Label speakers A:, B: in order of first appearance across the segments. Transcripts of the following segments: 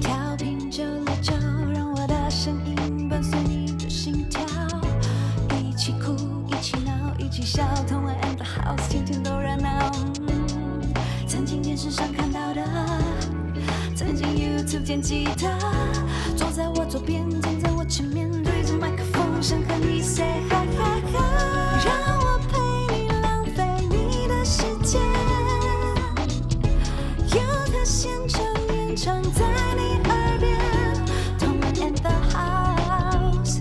A: 调频九六九，让我的声音伴随你的心跳，一起哭，一起闹，一起笑，同爱 and the house，天天都热闹。嗯曾经电视上看到的，曾经 YouTube 见吉他，坐在我左边，站在我前面，对着麦克风，想和你 say hi hi hi，让我陪你浪费你的时间。有个现场演唱在你耳边，同安 and the house，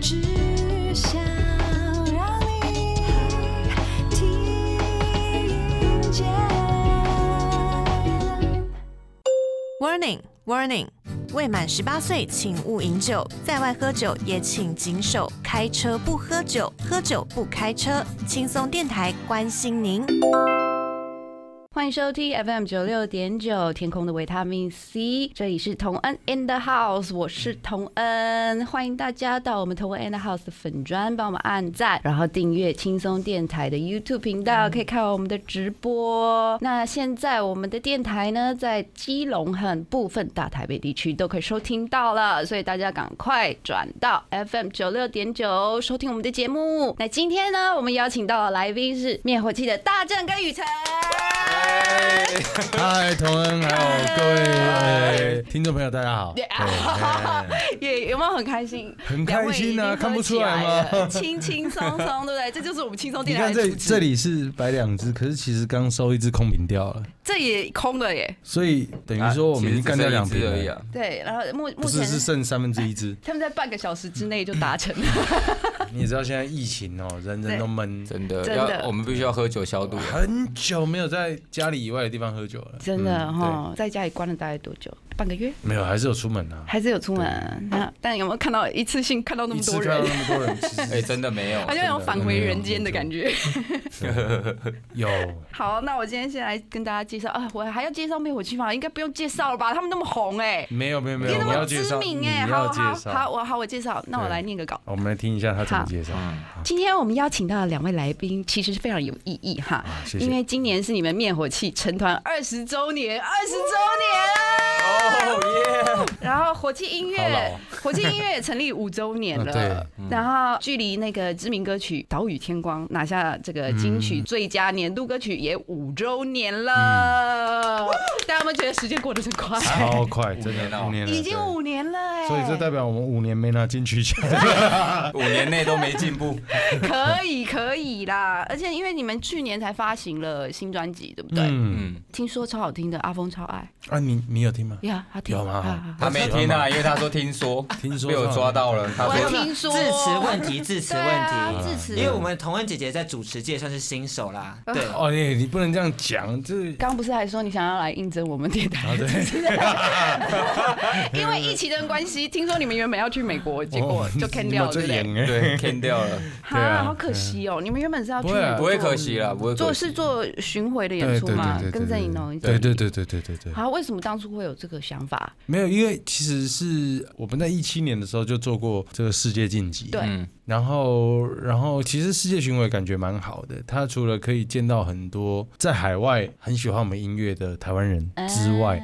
A: 只想让你听见。
B: Warning, warning！未满十八岁请勿饮酒，在外喝酒也请谨守，开车不喝酒，喝酒不开车。轻松电台关心您。
C: 欢迎收听 FM 九六点九天空的维他命 C，这里是同恩 in the house，我是同恩，欢迎大家到我们同恩 in the house 的粉砖帮我们按赞，然后订阅轻松电台的 YouTube 频道，可以看我们的直播。那现在我们的电台呢，在基隆和部分大台北地区都可以收听到了，所以大家赶快转到 FM 九六点九收听我们的节目。那今天呢，我们邀请到的来宾是灭火器的大正跟 雨辰。
D: 嗨，同恩，还有各位呃听众朋友，大家好。对哎
C: 啊也有没有很开心？
D: 很开心
C: 两位
D: 啊
C: 已经
D: 看不出来吗
C: 喝起来了 轻轻松松，对不对？这就是我们轻松
D: 你
C: 电台
D: 看
C: 的
D: 这
C: 主旨。
D: 这里是摆两只，可是其实刚收一只空瓶掉了，
C: 这也空了耶。
D: 所以等于说我们已经干掉两瓶
E: 啊只而已
D: 了
E: 啊，。
C: 对，然后目目
D: 不是
C: 前
D: 是剩三分之一只。
C: 他们在半个小时之内就达成了。
D: 你也知道现在疫情哦，人人都闷，
E: 真的
C: 真的
E: 要我们必须要喝酒消毒。啊
D: 很久没有在家里以外的地方喝酒了。
C: 真的哈，在家里关了大概多久？半个月？
D: 没有，还是有出门啊。
C: 还是有出门？那但有没有看到一次性看到那
D: 一
C: 么
D: 次
C: 多
D: 看到
C: 人？
D: 那么多人，其实
E: 哎，真的没有
C: 好，像有返回人间的感觉。
D: 有
C: 好，那我今天先来跟大家介绍啊，我还要介绍灭火器吗？应该不用介绍了吧？他们那么红哎，
D: 没有没有没
C: 你
D: 有，
C: 那
D: 我
C: 么
D: 要介
C: 知
D: 绍，嗯
C: 名
D: 你
C: 哎，
D: 要
C: 好好
D: 介
C: 好，
D: 绍。
C: 我好我介绍，那我
D: 对
C: 来念个稿。
D: 我们来听一下他怎么
C: 好
D: 介绍。
C: 今天我们邀请到的两位来宾，其实是非常有意义哈，
D: 啊谢谢
C: 因为今年是你们灭火器成团二十周年，二十周年。
E: 哦耶！
C: 然后火器音
D: 好老
C: 乐
D: 哦，
C: 火器音乐也成立五周年了。
D: 啊对
F: 嗯
C: 然后距离那个知名歌曲《岛屿天光》拿下这个金
D: 嗯
C: 曲最佳年度歌曲也五周年了。
D: 嗯
C: 大家有没有觉得时间过得真快？
D: 超快，真
E: 五年
D: 的
E: 了
D: 五年了，
C: 已经
D: 对
C: 五年了哎，
D: 所以这 代表我们五年没拿金曲奖，
E: 五年内都没进步，
C: 可以可以啦，而且因为你们去年才发行了新专辑，对不对？
D: 嗯，
E: 嗯，
C: 听说超好听的，阿峰超爱
D: 啊，你你有听吗？
C: 呀，他听
D: 有吗
C: 啊啊啊
E: 他没听啊，因为他说听说，
D: 听说
E: 被我抓到了，他
C: 我
E: 说
C: 听说
F: 啊致辞 问题，致辞
C: 对啊
F: 问题。
C: 致辞，
F: 因为我们童恩姐姐在主持界算是新手啦，对，
D: 哦，你你不能这样讲， 这
C: 刚不是还说你想要来应征我们电
D: 啊
C: 台？ 因为疫情的关系，听说你们原本要去美 国，结果
D: 哦
C: 就 can 掉了，对
D: 最
C: 不对？
D: 严哎，
E: 对，听掉 了，
D: 对
C: 哈，
D: 啊
C: 好可惜哦，你们原本是要去
D: 不会啊
C: 美国
E: 不会可惜了，不会
C: 做
E: 可惜。
C: 是做巡回的演
D: 对
C: 出
D: 对
C: 嘛
D: 对对，
C: 跟
D: 对
C: 郑颖龙一起。
D: 对对对对对对对，
C: 好，为什么当初会有这个想法？
D: 没有，因为其实是我们在一七年的时候就做过这个世界晋级，
C: 对
E: 嗯，
D: 然后，然后其实世界巡回感觉蛮好的。他除了可以见到很多在海外很喜欢我们音乐的台湾人之外，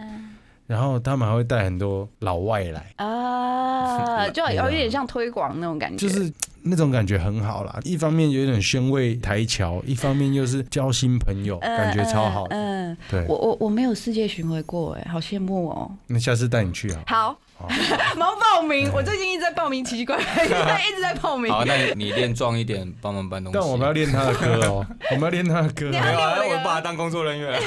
D: 然后他们还会带很多老外来，
C: 啊，就有一点像推广那种感觉，
D: 就是那种感觉很好啦。一方面有点宣慰台侨，一方面又是交新朋友，
C: 嗯
D: 感觉超好。
C: 嗯，嗯
D: 对
C: 我，我我没有世界巡回过，哎，好羡慕哦。
D: 那下次带你去啊。
C: 好， 忙报名，我最近一直在报名奇奇怪怪， 一直在报名。
E: 好，那你你练壮一点，帮忙搬东西。
D: 但我们要练他的歌哦， 我们要练他的歌。
E: 没有啊，
C: 那我
E: 我把他当工作 人员。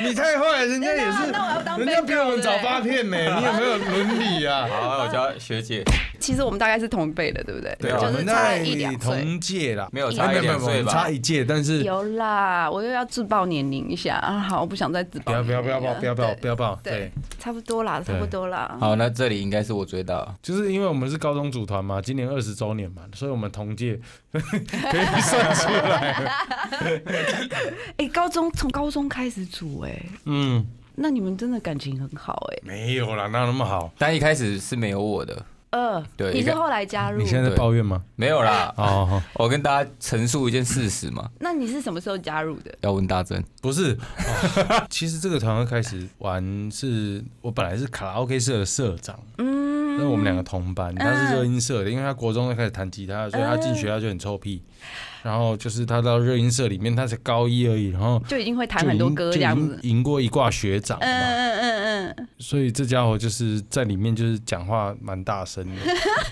D: 你太坏了，人家也
C: 啊
D: 是
C: 那我要，当
D: 人家
C: backup，
D: 比我们早
C: 对不对
D: 发 片呢，你有没有伦理啊？
E: 好啊，我叫学姐，
C: 其实我们大概是同辈的，对不对？
D: 对， 啊
C: 就
D: 我
C: 是
D: 们
C: 差
D: 在
C: 一两岁。
D: 同届啦，哎
E: 没有差
D: 没
E: 一
D: 有
E: 两
D: 没有
E: 岁
D: 我们差
E: 吧？
D: 一届，但是
C: 有啦，我又要自报年龄一下啊！好，我不想再自
D: 不
C: 报
D: 要
C: 年
D: 不
C: 龄了。
D: 要不要报，不要不要不要报，
C: 对
D: 对，，
C: 差不多啦，差不多啦。
E: 好，那这里应该是我追到。
D: 就是因为我们是高中组团嘛，今年二十周年嘛，所以我们同届可以算出来。
C: 哎，高中从高中开始组，哎，
D: 嗯，
C: 那你们真的感情很好，哎。
D: 没有啦，哪有那么好？
E: 但一开始是没有我的，
C: 二，
E: 对
C: 呃你
E: 一
C: 是
E: 开
C: 后来加入
D: 你，现在在抱怨吗？
E: 没有啦，
D: 哦，好
E: 我跟大家陈述一件事实嘛，
C: 那你是什么时候加入的？
E: 要问大真，
D: 不是，哦 其实这个团会开始玩是，我本来是卡拉 OK 社的社长，嗯，那我们两个同班，他是热音社的，因为他国中就开始弹吉他，所以他进学校就很臭
C: 嗯
D: 屁，然后就是他到热音社里面，他才高一而已，然后
C: 就已经会弹
D: 就
C: 很多
D: 赢
C: 歌
D: 就
C: 这样
D: 赢
C: 子。
D: 赢过一挂学长嘛，
C: 嗯嗯嗯嗯，
D: 所以这家伙就是在里面就是讲话蛮大声 的，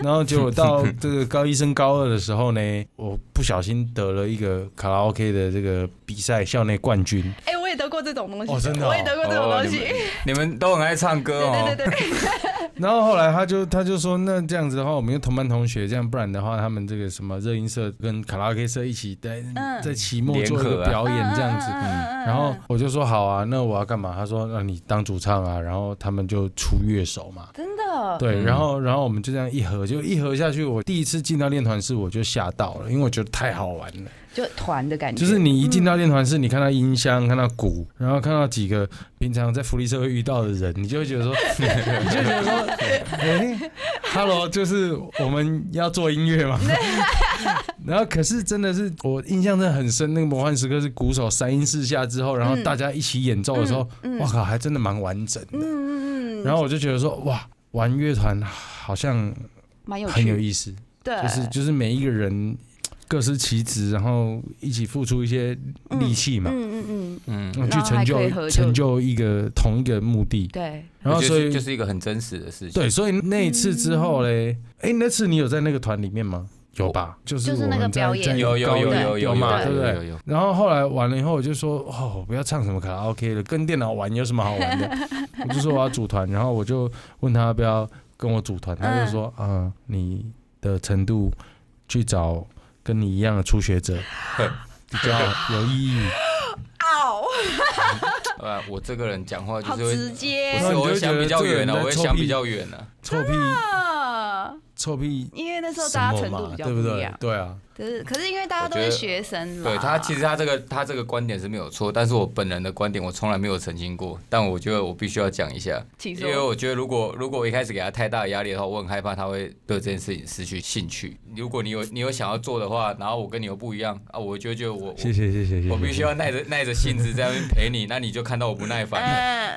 D: 然后结果到这个高一升高二的时候呢，我不小心得了一个卡拉 OK 的这个比赛校内冠军，
C: 哎、我也得过这种东西，
D: 哦真的哦
C: 我也得过这种
E: 哦
C: 东西。
E: 你们都很爱唱歌哦，
C: 对对 对，
D: 然后后来他就他就说，那这样子的话，我们就同班同学，这样不然的话，他们这个什么热音社跟卡拉 OK 社一起在、
C: 嗯
D: 在期末做一
E: 联合
D: 个
E: 啊
D: 表演这样子。
C: 嗯
D: 然后我就说好啊，那我要干嘛？他说那你当主唱啊，然后他们就出乐手嘛。
C: 真的，
D: 对，
E: 嗯
D: 然后然后我们就这样一合，就一合下去。我第一次进到练团室，我就吓到了，因为我觉得太好玩了。
C: 就团的感觉，
D: 就是你一
C: 嗯
D: 进到练团室，你看到音箱，看到鼓，然后看到几个平常在福利社会遇到的人，你就会 觉得说，你就觉得说，哎、h e l l o 就是我们要做音乐嘛。 然后可是真的是我印象真的很深，那个魔幻时刻是鼓手三音四下之后，然后大家一起演奏的时候，哇靠，还真的蛮完整的。
C: 嗯嗯，嗯嗯嗯，
D: 然后我就觉得说，哇，玩乐团好像
C: 蛮有趣，
D: 很有意思。
C: 对，
D: 就是就是每一个人各司其职，然后一起付出一些力气嘛，
C: 嗯嗯嗯，
E: 嗯，
D: 嗯去
C: 然后还
D: 成
C: 可以合
D: 就
C: 就
D: 成就一个同一个目的。
C: 对，
D: 然后
E: 我觉
D: 所
E: 得
D: 以、
E: 就是一个很真实的事情，
D: 对，所以那一次之后嘞，哎、那次你有在那个团里面吗？有吧？就是
C: 嗯就是
D: 我
C: 那个
D: 们在
C: 表演
D: 在
E: 有有
D: 高
E: 有
D: 一
E: 有有
D: 嘛，
E: 有
D: 对不
E: 有有
D: 对？
E: 有，
D: 然后后来完了以后，我就说哦，不要唱什么卡拉 OK 了，跟电脑玩有什么好 玩的？我就说我要组团，然后我就问他要不要跟我组
C: 嗯
D: 团，他就说啊、你的程度去找跟你一样的初学者比较有意义。
C: 哦，
E: 呃，我这个人讲话就
C: 好
E: 是会
C: 直接
E: 不是，我会想比较远
D: 然
E: 了，
D: 后
E: 我
D: 你就
E: 会
D: 觉得这个人在臭屁
E: 想比较远了。
D: 臭 屁
C: 啊，
D: 臭屁
C: 因为那时候
D: 什
C: 大家程
D: 么
C: 度
D: 嘛
C: 比，较
D: 对不
C: 一
D: 对
C: 样？，
D: 对啊，
C: 可是可是因为大家都
E: 我觉
C: 是
E: 得
C: 学生啦，
E: 对他，其实他这个他这个观点是没有错，但是我本人的观点我从来没有澄清过，但我觉得我必须要讲一下，
C: 请
E: 因为
C: 说，
E: 我觉得如果如果我一开始给他太大的压力的话，我很害怕他会对这件事情失去兴趣。如果你有你有想要做的话，然后我跟你又不一样啊，我就会觉得我
D: 谢谢谢谢谢谢。
E: 我我必须要耐着耐着性子在那边陪你，那你就看到我不耐烦，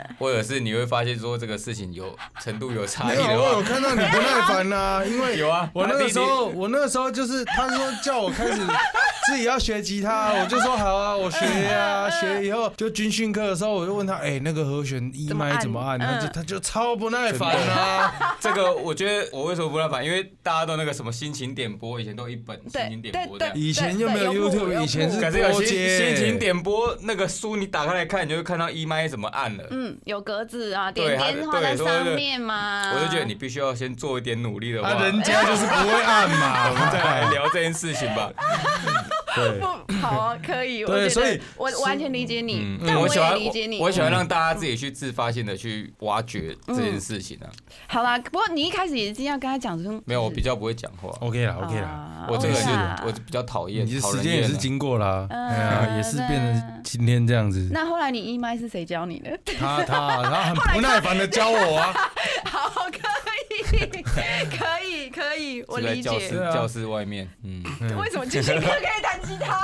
C: 嗯，
E: 或者是你会发现说这个事情有程度有差
D: 没
E: 异
D: 有，
E: 的
D: 哦我有
E: 话，
D: 看到你不耐烦啦、因为
E: 有啊
D: 我那
E: 他弟
D: 个
E: 弟
D: 时候，我那个时候就是他说叫我开始自己要学吉他，我就说好啊，我学啊，学了以后就军训课的时候，我就问他，哎、那个和弦一
C: 怎么
D: 麦
C: 按
D: 怎么按？他就
C: 嗯
D: 他就超不耐烦啊。
E: 这个我觉得我为什么不耐烦？因为大家都那个什么心情点播，以前都一本心
C: 对
E: 情点播
C: 对
E: 这样。
C: 对，
D: 以前又没有
C: 对有谱
D: YouTube，
C: 谱
D: 以前是
E: 可是有
D: 拨
E: 心
D: 接
E: 心情点播那个书，你打开来看，你就会看到一麦怎么按了。
C: 嗯有格子啊，
E: 对
C: 点
E: 他
C: 点画
E: 对
C: 在
E: 说的
C: 上面嘛，
E: 我就觉得你必须要先做一点努力的话，
D: 啊，人家就是不会按嘛，
E: 我们再来聊这件事情吧。
D: 对。
C: 不好啊，可 以，我
D: 对
C: 觉
D: 所
C: 得
D: 以
C: 我完全理解你
E: 嗯，，
C: 但
E: 我喜
C: 也
E: 欢
C: 理解你，嗯
E: 我，我喜欢让大家自己去自发性的去挖掘这件事情啊。
C: 好啦，不过你一开始也是要跟他讲说，
E: 没有，我比较不会讲话，
D: OK 啦，OK 啦，
C: 啊
E: 我这个人
C: 是啊
E: 就我比较讨厌
D: 你的
E: 讨
D: 时
E: 人
D: 间也
E: 厌
D: 是
E: 啊。
D: 经过啦，
C: 嗯
D: 哎呀，也是变成今天这样子。
C: 那后来你义麦是谁教你的？
D: 他他他很不耐烦的教我啊，
C: 好，可以， 可以，可以，我
E: 是在
C: 理
E: 教
C: 解
E: 室。
D: 对啊
E: 教室外面， 嗯，
C: 为什么军训课可以弹吉他？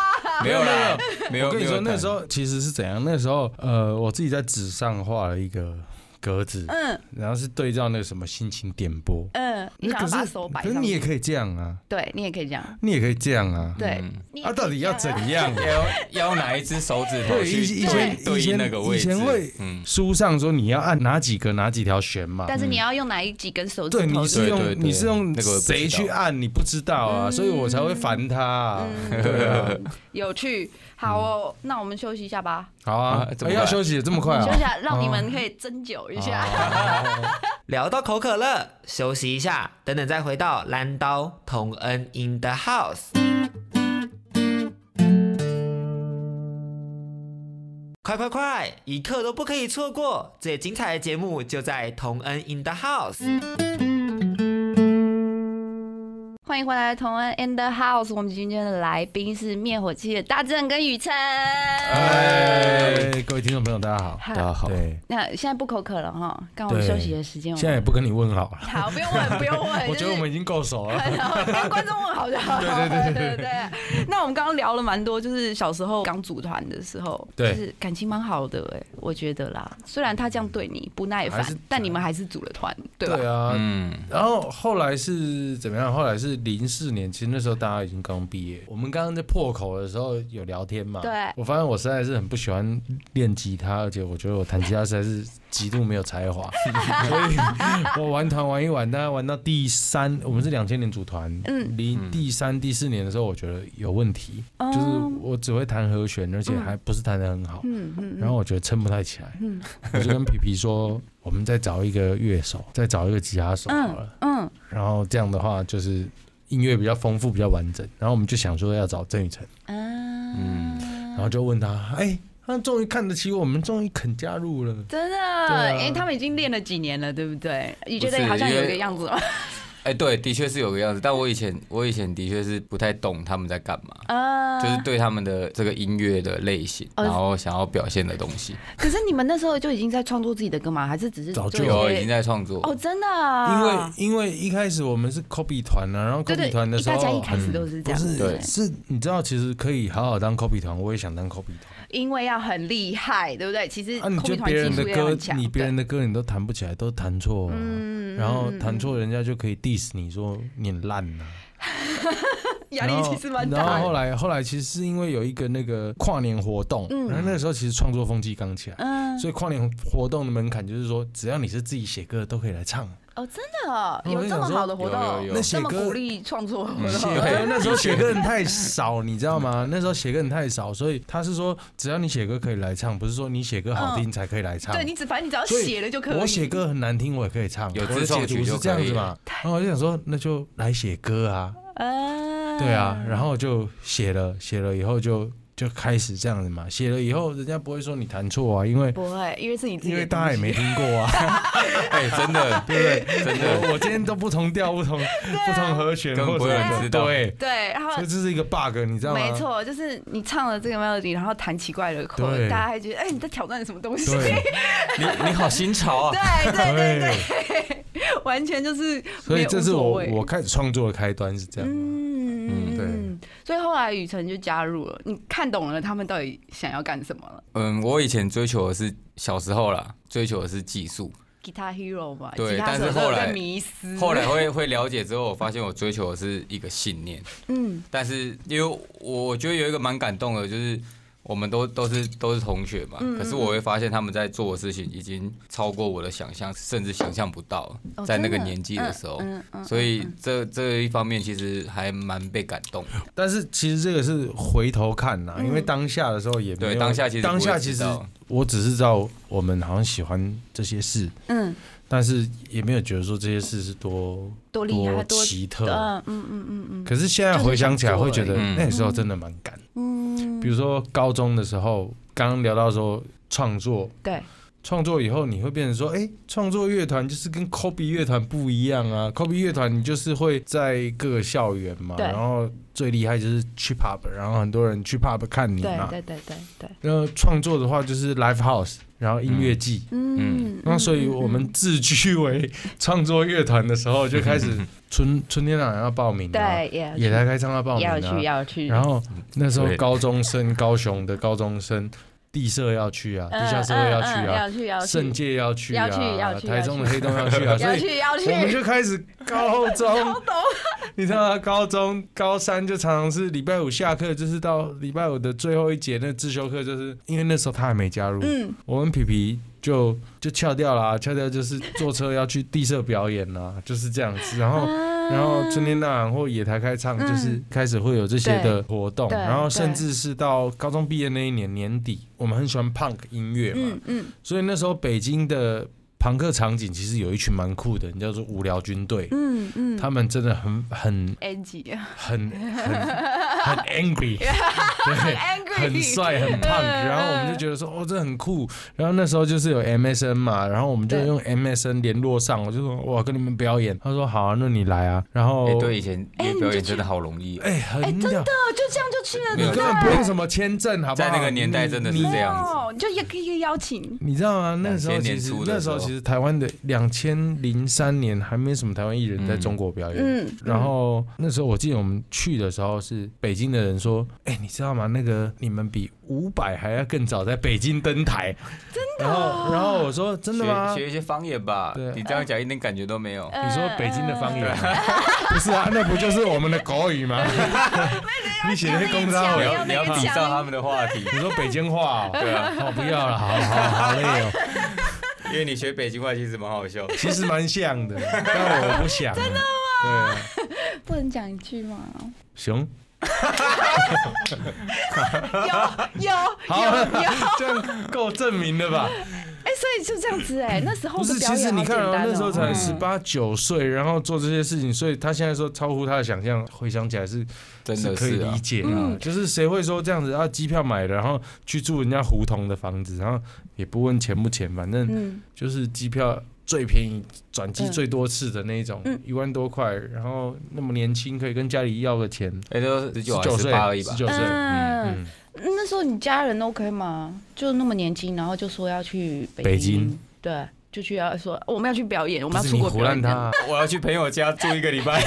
E: 没有啦，没有。
D: 我跟你
E: 没
D: 说，
E: 有
D: 那
E: 谈
D: 时候其实是怎样？那时候，呃，我自己在纸上画了一个格子，
C: 嗯
D: 然后是对照那个什么心情点播。
C: 嗯，你
D: 那
C: 想
D: 可
C: 要把
D: 是，
C: 手摆
D: 可是
C: 上
D: 你也
C: 去，
D: 可以这样啊，
C: 对你也可以这样，
D: 你也可以这样啊。
C: 对
E: 嗯，
C: 你也
D: 啊，
C: 可以
D: 到底要
C: 这
D: 怎
C: 样啊
D: 样？
E: 要要哪一只手指头
D: 对，
E: 去
D: 以以
E: 对
D: 前
E: 对
D: 以
E: 应那个
D: 前
E: 位
D: 以
E: 置？
D: 前会
E: 嗯，
D: 书上说你要按哪几个哪几条弦嘛。
C: 但是你要用哪一几根手指
D: 对，
C: 头
D: 你
C: 去？
D: 是
E: 对对
D: 用
E: 对
D: 你是用
E: 那个我也不知道
D: 谁去按？你不知道
C: 嗯
D: 啊，所以我才会烦他啊。对 啊，
C: 有趣，好哦，那我们休息一下吧，
D: 好
E: 啊
D: 啊，
E: 这么
D: 哎
E: 快
D: 要休息这么快啊？哦
C: 休息一啊下，让你们可以针灸一下。
F: 聊到口渴了，休息一下，等等再回到蓝刀同恩 in the house。快快快，一刻都不可以错过！最精彩的节目就在同恩 in the house。
C: 欢迎回来，同恩 and the house。我们今天的来宾是灭火器的大正跟雨辰。
D: 哎，各位听众朋友，大家好。
E: 大家
C: 好，
E: 好，
D: 对，
C: 那现在不口渴了哈，刚好我们
D: 对
C: 休息的时间，我
D: 现在也
C: 们
D: 不跟你问好了，
C: 好，不用问，不用问，
D: 我
C: 哎就是
D: 觉得
C: 哎
D: 我们已经够熟了。
C: 跟观众问好就好。
D: 对
C: 对
D: 对对
C: 对对。那我们刚刚聊了蛮多，就是小时候刚组团的时候，就
D: 对
C: 是感情蛮好的哎、我觉得啦。虽然他这样对你不耐烦
D: 还是，
C: 但你们还是组了团，对吧？
D: 对啊，
E: 嗯，
D: 然后后来是怎么样？后来是零四年，其实那时候大家已经刚毕业。我们刚刚在破口的时候有聊天嘛？
C: 对
D: 我发现我实在是很不喜欢练吉他，而且我觉得我弹吉他实在是极度没有 才华，所以 我玩团玩一玩，大概玩到第三，我们是两千年组团，
C: 嗯
D: 零第三、第四年的时候，我觉得有问题，
C: 哦
D: 就是我只会弹和弦，而且还不是弹得很好。
C: 嗯嗯
D: 然后我觉得撑不太起来，
C: 嗯
D: 我就跟皮皮说，我们再找一个乐手，再找一个吉他手好了。
C: 嗯
D: 然后这样的话就是音乐比较丰富，比较完整。然后我们就想说要找郑雨辰，
C: 啊嗯
D: 然后就问他，哎、他终于看得起我们，终于肯加入了。
C: 真的，
D: 对啊
C: 哎、他们已经练了几年了，对不对？你觉
E: 不
C: 得
E: 是
C: 好像
E: 因
C: 有
E: 为
C: 一个样 子吗？
E: 哎，对，的确是有个样子，但我以前我以前的确是不太懂他们在干嘛。
C: 啊
E: 就是对他们的这个音乐的类型，
C: 哦
E: 然后想要表现的东西，
C: 可是你们那时候就已经在创作自己的歌吗？还是只是
D: 早就
C: 做一
E: 有
C: 些
E: 已经在创作。
C: 哦，真的
D: 因为
C: 啊，
D: 因为一开始我们是 copy 团啊，然后
C: 对对
D: copy 团的时候
C: 大家一开始
D: 很
C: 都是这
D: 不
C: 样，
D: 是
C: 对
E: 对
D: 是，你知道其实可以好好当 copy 团，我也想当 copy 团。
C: 因为要很厉害，对不对？其实
D: 啊，你
C: 酷
D: 就
C: 比团
D: 别
C: 技
D: 人的
C: 术也
D: 歌
C: 很，强，
D: 你别
C: 对
D: 人的歌你都弹不起来，都弹错、啊。
C: 嗯
D: 然后弹。
C: 嗯嗯
D: 错，人家就可以 diss 你说你很烂呐、
C: 压
D: 然
C: 力
D: 后
C: 其实蛮
D: 然
C: 大
D: 后
C: 的。
D: 后来后来其实是因为有一个那个跨年活动，
C: 嗯
D: 然后那个时候其实创作风气刚起来。
C: 嗯，
D: 所以跨年活动的门槛就是说，只要你是自己写歌的都可以来 唱。
C: 哦，真的哦
D: 嗯
C: 有
D: 我就
C: 这么
D: 想说
C: 好的活
E: 有有
C: 动
E: 有，
D: 那
C: 这
D: 写
C: 么
D: 歌嗯
C: 鼓励创作活
D: 写
C: 动。
D: 歌那时候写歌人 太少，你知道吗？那时候写歌人太少，所以他是说，只要你写歌可以来唱，不是说你写歌好听才可以来唱。
C: 嗯对你只反正你只要
D: 所以
C: 写了就可以。
D: 我写歌很难听，我也可以唱。
E: 有
D: 我的
E: 自创
D: 解读
E: 曲
D: 是
E: 就
D: 这样
E: 可以
D: 子嘛？然后我就想说，那就来写歌啊。
C: 啊，
D: 对啊，然后就写了，写了以后就就开始这样子嘛。写了以后，人家不会说你弹错啊，因为
C: 不会，因为是你自己
D: 因
C: 的东西，
D: 为大家也没听过啊，
E: 哎，真的， 对不对？真的，
D: 我我今天都不同调、不同不同和弦，
E: 根本不会有人
D: 或者
E: 知道
D: 对，
C: 啊对，然后
D: 所以。这是一个 bug，你知道吗？啊
C: 没。错，就是你唱了这个 melody，然后弹奇怪的口，
D: 对
C: 大家还觉得哎、你在挑战什么东 西？
D: 对
E: 你你好新潮 啊！
C: 对对对
D: 对，
C: 完全就是没有
D: 所以这是
C: 无所
D: 我
C: 谓
D: 我开始创作的开端是这样。
C: 嗯
E: 嗯
D: 对，
C: 所以后来雨辰就加入了，你看懂了他们到底想要干什么了
E: 嗯，我以前追求的是小时候啦，追求的是技术，
C: ，Guitar Hero 嘛，
E: 对
C: 吉他
E: 但是
C: 手都
E: 后
C: 有
E: 来
C: 在迷失，
E: 后来会会了解之后，我发现我追求的是一个信念。
C: 嗯
E: 但是因为我我觉得有一个蛮感动的，就是我们都都是都是同学嘛，
C: 嗯嗯
E: 可是我会发现他们在做的事情已经超过我的想象，甚至想象不到
C: 哦，
E: 在那个
C: 真的
E: 年纪的时候
C: 嗯嗯嗯，
E: 所以这这一方面其实还蛮被感动的。
D: 但是其实这个是回头看
C: 嗯
D: 呐，因为当下的时候也没有
E: 对当下其实不会
D: 当下其
E: 知
D: 实
E: 道
D: 我只是知道我们好像喜欢这些事，
C: 嗯，
D: 但是也没有觉得说这些事是多
C: 多厉害多
D: 奇特。
C: 嗯嗯嗯嗯嗯
D: 可是现在回想起来，会觉得
E: 就是想做而已
D: 那时候真的蛮赶。
C: 嗯，
D: 比如说高中的时候，刚刚聊到说创作，
C: 对，
D: 创作以后你会变成说，哎、创作乐团就是跟 copy 乐团不一样啊。copy 乐团你就是会在各个校园嘛，
C: 对
D: 然后最厉害就是去 pub，然后很多人去 pub 看你
C: 对
D: 嘛。
C: 对对对对，
D: 然后创作的话就是 live house，然后音乐季。
C: 嗯，
D: 那所以我们自居为创作乐团的时候，就开始春春天朗要报名、啊，
C: 对也
D: 野台开唱要报名、啊，
C: 要去要去，
D: 然后那时候
E: 对
D: 高中生，高雄的高中生，地社要去啊，
C: 嗯
D: 地下社会要去
C: 嗯嗯
D: 啊，
C: 要去要去
D: 圣界要去
C: 要去要
D: 啊，
C: 去
D: 台中的黑洞 要去啊，所
C: 要
D: 以
C: 去要去
D: 我，们就开始高 中，你知道吗？高中高三就常常是礼拜五下课，就是到礼拜五的最后一节那自修课，就是因为那时候他还没加入，
C: 嗯，
D: 我跟皮皮就就翘掉啦、翘掉就是坐车要去地社表演啦、 就是这样子。然后，
C: 啊
D: 然后春天呐喊或野台开唱，就是开始会有这些的活
C: 嗯
D: 动。
C: 对
D: 然
C: 对
D: 后，甚至是到高中毕业那一年年底，我们很喜欢 punk 音乐嘛，
C: 嗯嗯
D: 所以那时候北京的朋克场景其实有一群蛮酷的人，叫做无聊军队。
C: 嗯嗯，
D: 他们真的很很
C: Angie
D: 很很 很 angry，对，
C: angry 嗯
D: 很帅很胖，然后我们就觉得说哦这很酷，然后那时候就是有 MSN 嘛，然后我们就
C: 对
D: 用 MSN 联络上，我就说我要跟你们表演，他说好啊，那你来啊，然后
E: 哎，对，以前
C: 哎
E: 因为
C: 你
E: 表
C: 就
E: 演
C: 去
E: 真的好容易，
D: 哎很
C: 真
D: 屌
C: 的，就这样就去了，
D: 你
E: 没有
D: 根本不用什么签证，好不好？
E: 啊在那个年代真的是
D: 啊你
E: 这样
C: 哦，你就也可以邀请。
D: 你知道吗？那时候其
E: 2000
D: 实
E: 年初的时候
D: 那时候其实台湾的两千零三年还没什么台湾艺人在中国表演。
C: 嗯，
D: 然后那时候我记得我们去的时候是北京的人说，哎、你知道吗？那个你们比伍佰还要更早在北京登台，真的、然后然后我说真的吗？
E: 学学一些方言吧
D: 对，
E: 你这样讲一点感觉都没
C: 哎
E: 有。
D: 你说北京的方言
C: 嗯
D: 吗？ 不是啊，那不就是我们的国 语吗？ 你写的是公
E: 你
D: 招
C: 没有
E: 要你要
C: 那个
E: 比
C: 讲
E: 上他们的话题，
D: 你说北京话、哦？对啊，哦，不要了，好好好累哦。
E: 因为你学北京话其实蛮好笑。
D: 其实蛮像的，但我不想。真的吗？对，啊
C: 不能讲一句吗？
D: 行，
C: 有有
D: 好
C: 有
D: 了
C: 有，，
D: 这样够证明了吧？
C: 哎，所以就这样子哎，那时候
D: 不是，
C: 的表
D: 其实
C: 演
D: 你
C: 好简
D: 看啊，
C: 单哦
D: 那时候才
C: 嗯
D: 十八九岁，然后做这些事情，所以他现在说超乎他的想象，回想起来是
E: 真
D: 是
E: 的
D: 可以
E: 是啊
D: 理，解
C: 嗯
D: 的。就是谁会说这样子啊？机票买了，然后去住人家胡同的房子，然后也不问钱不钱，反正
C: 嗯，
D: 就是机票。最便宜转机
C: 嗯
D: 最多次的那一种
C: 嗯，
D: 一万多块，然后那么年轻，可以跟家里要个钱，
E: 也就哎十
D: 十
E: 九还
D: 九
E: 是
D: 岁
E: 八而已吧
D: 十。九岁，
C: 嗯
D: 嗯，
C: 那时候你家人 OK 吗？就那么年轻，然后就说要去北
D: 北京
C: 对，就去要说我们要去表演，我
D: 不
C: 们要
D: 是
C: 出
D: 你
C: 国
D: 胡
C: 表
D: 乱
C: 演。
D: 他啊，
E: 我要去朋友家住一个礼 拜，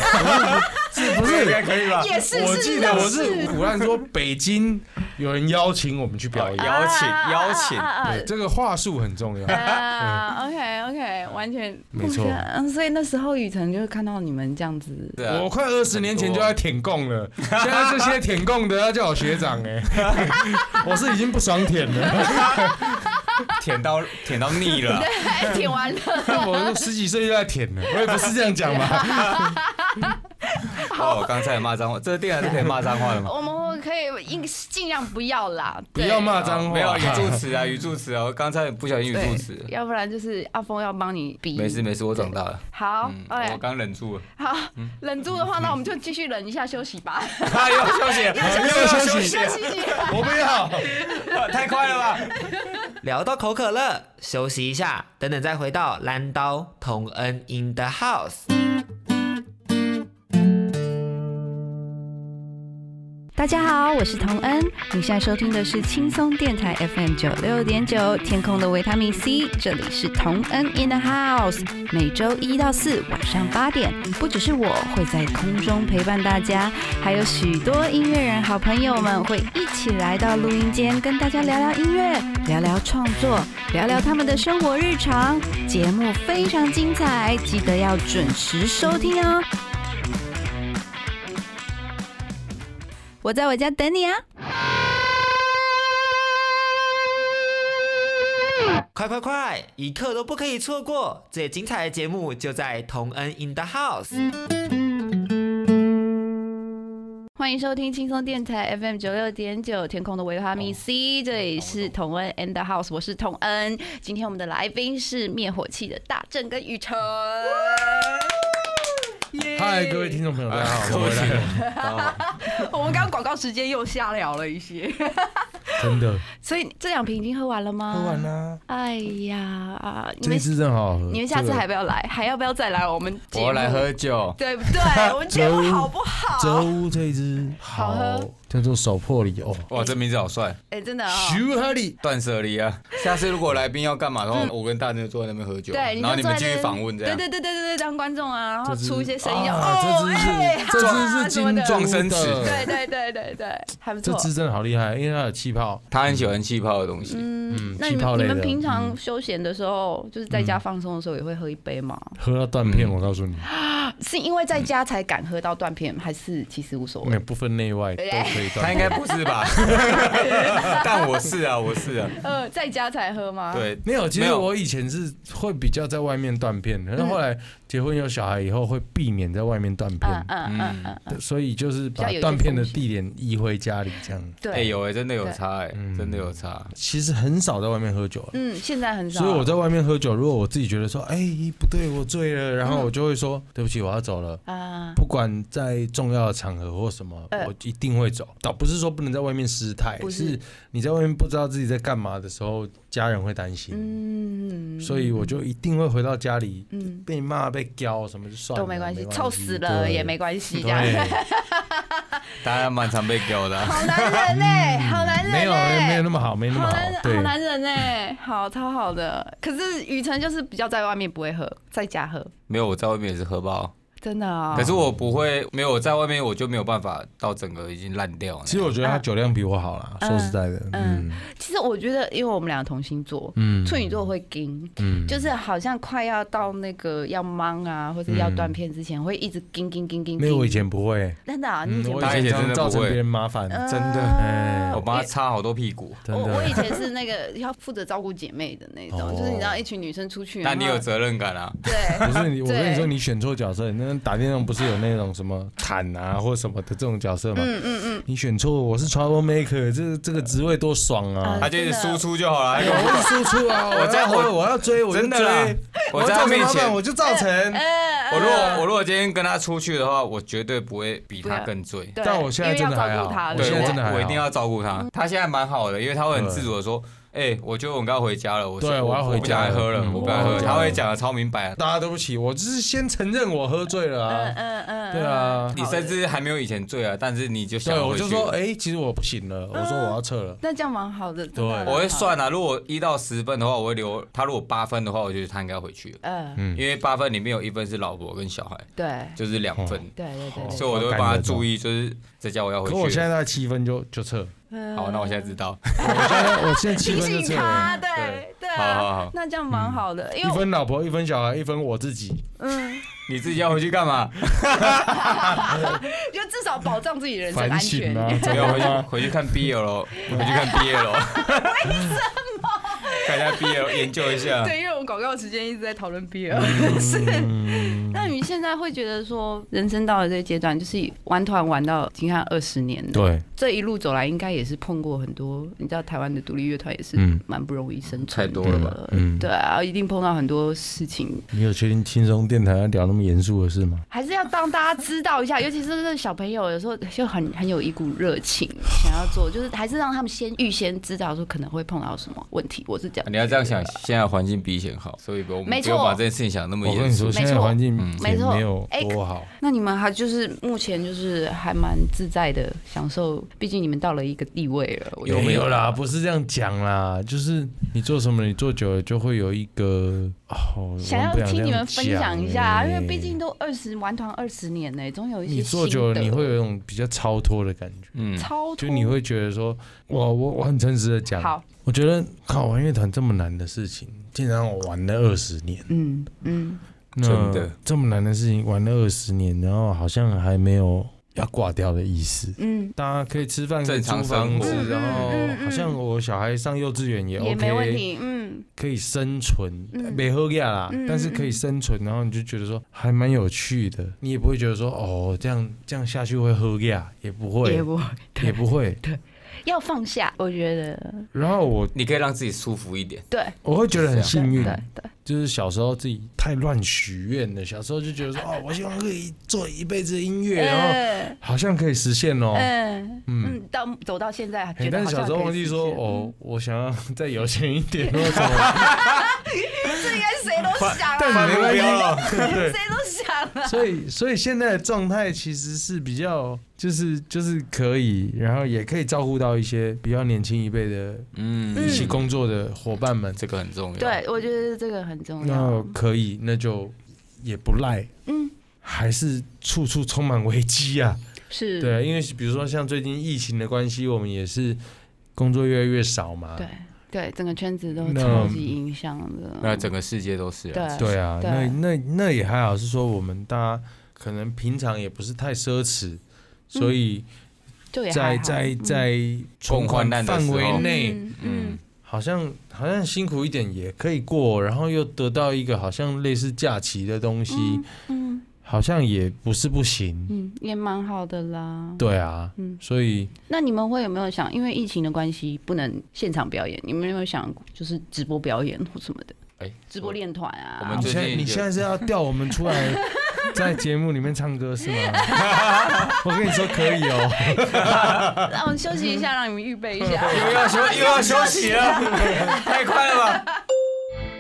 D: 是不
E: 应
D: 是？
E: 该可以吧？
C: 也是，
D: 我
C: 是
D: 记
C: 是
D: 得
C: 是
D: 我是胡乱说，北京有人邀请我们去表演，
E: 邀请邀请，
D: 对，这个话术很重要。
C: 啊，OK OK，完全
D: 没错
C: 不一样嗯，所以那时候雨辰就看到你们这样子，
E: 对啊
D: 我快二十年前就在舔供 了，现在这些舔供的要叫我学长哎、 我是已经不爽舔了，
E: 舔到舔到腻了，
C: 哎，舔完了，
D: 我十几岁就在舔了，我也不是这样讲吧？
E: 哦，我刚才也骂脏话，这个店还是可以骂脏话的吗？
C: 我们可以尽尽量不要啦，
D: 不
C: 对
D: 要骂 脏话，
E: 哦没有语助词啊，语助词啊，我刚才不小心语
C: 对
E: 助词。
C: 要不然就是阿峰要帮你比，
E: 没事没事，我长大了。
C: 好
E: 嗯，我
C: 哎，
E: 刚 忍住了。
C: 好，忍住的话，那我们就继续忍一下休息吧，
E: 他要休息，哎又
D: 要
E: 要
D: 休
E: 休
D: 息
E: 息，
C: 休息一下。
D: 我不 要。
E: 太快了吧！
F: 聊到口渴了，休息一下，等等再回到蓝刀同恩 in the house。
C: 大家好，我是童恩，你现在收听的是轻松电台 FM 九六点九，天空的维他命 C，这里是童恩 in the house，每周一到四晚上八点，不只是我会在空中陪伴大家，还有许多音乐人好朋友们会一起来到录音间，跟大家聊聊音乐，聊聊创作，聊聊他们的生活日常，节目非常精彩，记得要准时收听哦。我在我家等你啊。
F: 快快快，一刻都不可以错过！最精彩的节目就在同恩 in the house。
C: 欢迎收听轻松电台 FM 九六点九，天空的维他命
D: 哦
C: C，、这里是童恩 and the house，我是童恩。今天我们的来宾是灭火器的大正跟雨辰。耶
D: 嗨，各位听众朋
E: 哎
D: 友，大家好，我回 来了，
C: 我们刚刚广告时间又瞎聊了一些，
D: 真的
C: 所以这两瓶已经喝完了吗？
D: 喝完。啦，
C: 哎呀，你
D: 这
C: 们
D: 一次真好喝。
C: 你们下次
D: 这个
C: 还不要来，还要不要再来我们节
E: 我
C: 目？
E: 要来，喝酒，
C: 对不对？我们节目好不
D: 泽
C: 好？
D: 屋这一支
C: 好喝
D: 叫做手破里哦，
E: 哇，这名字好帅，
C: 哎，真的哦。
D: 徐哈里。
E: 断舍离啊！ 下次如果来宾要干嘛的话，我跟大牛坐在那边喝酒，
C: 对，
E: 然后
C: 就
E: 你
C: 坐在
E: 们继续
C: 那
E: 访问这样，
C: 对对对对对对，当观众啊，然后
D: 这只
C: 出一些声音就，
D: 啊
C: 哦，哎
D: 这只
C: 哈
D: 是这只是
C: 什么
D: 金
C: 的
E: 撞生
D: 的
E: 词
C: 对对对对对，还不
D: 这
C: 错。
D: 支真的好厉害，因为它有气泡，
E: 他很喜欢气泡的东西，
D: 嗯，
C: 那
D: 气
C: 你
D: 泡
C: 们你
D: 类
C: 们
D: 的，嗯
C: 平常休闲的时候，就是在家放松的时候，也会喝一杯吗？
D: 喝到断片，
E: 嗯
D: 我告诉你，
C: 是因为在家才敢喝到断片，还是其实无所
D: 没
C: 谓
D: 有？不分内外都
C: 哎
D: 可以
E: 他
D: 断
E: 应
D: 片。
E: 该不是吧？但我是啊，我是啊，
C: 呃，在家才喝吗？，
E: 对，
D: 没有，其
E: 没
D: 实
E: 有
D: 我以前是会比较在外面断片，然后后来结婚有小孩以后会避免在外面断
C: 嗯
D: 片，
C: 嗯嗯嗯，
D: 对所以就是
C: 比
D: 把
C: 较有一些
D: 断片的
C: 风险
D: 地点移回家里这样。
E: 哎
C: 对，
E: 有哎，真的有差哎，
D: 嗯
E: 真的有差。
D: 其实很少在外面喝酒了，
C: 嗯，现在很少。
D: 所以我在外面喝酒，如果我自己觉得说，哎，不对，我醉了，然
C: 嗯
D: 后我就会说，对不起，我要走了。
C: 啊，
D: 不管在重要的场合或什么，
C: 呃
D: 我一定会走。倒不是说不能在外面失态，
C: 不是
D: 是你在外面不知道自己在干嘛的时候，家人会担心，
C: 嗯，
D: 所以我就一定会回到家里，
C: 嗯
D: 被骂、被教什么就算了，
C: 都没关系，
D: 没
C: 臭死了
D: 对
C: 也没关系，这样
D: 对，
E: 大家蛮常被丢的 啊、
C: 好难忍哎、好难忍
D: 没有
C: 哎、
D: 没有那么好，没那么
C: 好
D: 好
C: 难，
D: 对
C: 好，难忍哎、好超好的。可是雨辰就是比较在外面不会喝，在家喝，
E: 没有，我在外面也是喝爆，
C: 真的啊、
E: 可是我不会，没有我在外面我就没有办法到整个已经烂掉了。
D: 其实我觉得他酒量比我好啦，说实在的，
C: 嗯
D: 嗯
C: 其实我觉得，因为我们俩同星座，
D: 嗯
C: 处女座会盯，
D: 嗯，
C: 就是好像快要到那个要忙啊，或者要断片之前，会一直盯盯盯盯。
D: 嗯没有我以前不会，
C: 真的啊，你以
D: 嗯，
C: 前不
D: 我
E: 大家
D: 以
E: 以
D: 前
E: 前
D: 常
E: 真的
D: 造
E: 不
D: 成别
E: 会
D: 人麻烦，
C: 呃
E: 真的
D: 哎
E: 我帮他擦好多屁股，
D: 真
C: 我我以
D: 的，
C: 前是那个要负责照顾姐妹的那种，
D: 哦
C: 就是你知道一群女生出去，
E: 但你有
C: 然后
E: 责任感啊。
D: 不
C: 对，
D: 是你，我跟
C: 对
D: 你说你选错角色，那打电动不是有那种什么坦啊或什么的这种角色吗？
C: 嗯嗯嗯，
D: 你选错，我是 trouble maker，这这个职位多爽啊！
E: 他就一直输出就好了。
D: 哎我是输出啊，我在我我要追，我就
E: 真的啦
D: 追，
E: 我在他
D: 造成
E: 面
D: 麻
E: 前，
D: 烦
E: 我
D: 我就造成。
E: 如果我如果今天跟他出去的话，我绝对不会啊嗯比他更醉。
C: 对，
D: 但我现在真的
C: 因为
D: 还
C: 要照
D: 好
C: 顾她，
D: 我
E: 对，
D: 现在
E: 我
D: 真的还好
E: 我一定要照顾他。他现在蛮好的，因为他会很自主的说：“哎，我觉得我应该回家了，我
D: 对我要回
E: 不
D: 家
E: 想再
D: 了
E: 喝了，
D: 嗯
E: 我不
D: 我要
E: 想喝。”
D: 回家
E: 他会
D: 了
E: 讲的超明白。啊
D: 大家对不起，我只是先承认我喝醉
C: 嗯
D: 了啊，
C: 嗯嗯，
D: 对啊
E: 你甚至还没有以前醉啊，但是呃你就想
D: 对，
E: 要
D: 我
E: 回去
D: 就说，哎，其实我不行了，我说我要撤了，
C: 那这样蛮好的，真的
D: 对
C: 蛮好的
E: 我会，算啊，如果一到十分的话，我会留他；如果八分的话，我觉得他应该回去了，
C: 嗯，
D: 嗯
E: 因为八分里面有一分是老婆跟小孩，
C: 对
E: 就是两分，
C: 对对
D: 哦
C: 对对，
E: 所以我都会帮他注意，就是这家我要回
D: 可
E: 去
D: 我现在
E: 了。
D: 大概七分就就撤，
C: 嗯
E: 好，那我现在知道。
D: 我现在我现在七
C: 提
D: 分就撤
C: 醒
D: 了，
C: 他，对对
E: 好好
C: 啊
E: 好，嗯
C: 那这样蛮好的，因
D: 一
C: 为我
D: 分老婆，一分小孩，一分我自己，
C: 嗯，
E: 你自己要回去干嘛？
C: 就至少保障自己人身
D: 反
C: 安
D: 省
C: 全。
D: 啊， 怎
E: 没
D: 么
E: 有回去
D: 了吗？
E: 回去看 BL 喽，回去看 BL 喽。为什么？看一下 BL，研究一下。
C: 对，因为我们广告时间一直在讨论 BL，是。
E: 嗯
C: 那你现在会觉得说，人生到了这个阶段，就是玩团玩到你看二十年了，，
D: 对，
C: 这一路走来，应该也是碰过很多，你知道台湾的独立乐团也是
D: 嗯
C: 蛮不容易生存的，
E: 太多了吧
D: 嗯
C: 对啊，一定碰到很多事情，
D: 你有确定轻松电台要聊那么严肃的事吗？
C: 还是要让大家知道一 下，尤其是这小朋友，有时候就很很有一股热情想要做，就是还是让他们先预先知道说可能会碰到什么问题，我是这样，
E: 啊你要这样想，现在环境比以前好，所以我们
C: 没
E: 不
C: 错
E: 用把这件事情想得那么
D: 我跟
E: 严
D: 你
E: 肃
D: 说，。
C: 没错
D: 现在环境
E: 嗯
D: 也
C: 没错
D: 没有
C: 哎
D: 多好，
C: 那你们还就是目前就是还蛮自在的享受，毕竟你们到了一个地位了。我觉得
D: 没有啦？不是这样讲啦，就是你做什么，你做久了就会有一个哦，
C: 想
D: 我
C: 要
D: 不
C: 听你们
D: 这
C: 分
D: 样
C: 享一下啊，
D: 欸
C: 因为毕竟都二十玩团二十年呢、总有一些
D: 你做久了，
C: 心得
D: 你会有一种比较超脱的感觉，
E: 嗯，
C: 超脱
D: 就你会觉得说，我我我很诚实的讲，
C: 好，
D: 我觉得靠玩乐团这么难的事情，竟然我玩了二十年，
C: 嗯嗯，
D: 那
E: 真的
D: 这么难的事情玩了二十年，然后好像还没有要挂掉的意思。
C: 嗯，
D: 大家可以吃饭，可以
E: 正
D: 租
E: 常
D: 房
E: 生活
D: 子，
E: 嗯
D: 然
C: 嗯嗯
D: 后好像我小孩上幼稚园也 OK，
C: 也没问题，嗯
D: 可以生存，
C: 嗯
D: 没喝呀啦
C: 嗯，
D: 但是可以生存，然后你就觉得说还蛮有趣的，你也不会觉得说哦这样这样下去会喝呀，也不会，
C: 也不
D: 也不会。
C: 要放下，我觉得
D: 然后我
E: 你可以让自己舒服一点。
C: 对
D: 我会觉得很
C: 对
D: 幸运，
C: 对对，
D: 就是小时候自己太乱许愿了，小时候就觉得说
C: 哎
D: 哦，我希望可以做一辈子的音乐，然后
C: 嗯
D: 好像可以实现哦。
C: 嗯
D: 嗯
C: 嗯，到走到现在，
D: 哎
C: 觉得
D: 但
C: 好
D: 是小
C: 像
D: 时候
C: 可以
D: 忘记
C: 实
D: 说
C: 现，嗯
D: 哦，我想要再有钱 一点或什么。
C: 这应该哎谁都想
D: 但
C: 啊，
D: 没关系，
C: 谁都想啊，
D: 所以所以现在的状态其实是比较，就是就是可以，然后也可以照顾到一些比较年轻一辈的
E: 嗯
D: 一起工作的伙伴们。
E: 这个很重要。
C: 对，我觉得这个很重
D: 那
C: 要，
D: 可以，那就也不赖，
C: 嗯，
D: 还是处处充满危机啊。
C: 是，
D: 对啊，因为比如说像最近疫情的关系，我们也是工作越来越少嘛。
C: 对对，整个圈子都
D: 那
C: 超级影响的，
E: 那整个世界都是啊。
C: 对
D: 对啊，
C: 对
D: 那那那也还好，是说我们大家可能平常也不是太奢侈，所以
C: 就也嗯还
D: 在
C: 好
D: 在
C: 嗯
D: 在存
E: 共患
D: 款
E: 难的
D: 范
E: 时
D: 围
E: 候
D: 内，
C: 嗯嗯
E: 嗯，
D: 好像好像辛苦一点也可以过，然后又得到一个好像类似假期的东西，
C: 嗯
D: 好像也不是不行。
C: 嗯，也蛮好的啦。
D: 对啊
C: 嗯，
D: 所以
C: 那你们会有没有想，因为疫情的关系不能现场表演，你们有没有想就是直播表演或什么的，
E: 哎，
C: 直播练团啊？
E: 我们
D: 你
E: 最
D: 现在
E: 近
D: 你
E: 就
D: 现在是要调我们出来在节目里面唱歌是吗？ 我跟你说可以哦。
C: 让我们哦休息一 下，
E: 啊
C: 让你们预备一下。
E: 又要休又要休息了，太快了吧！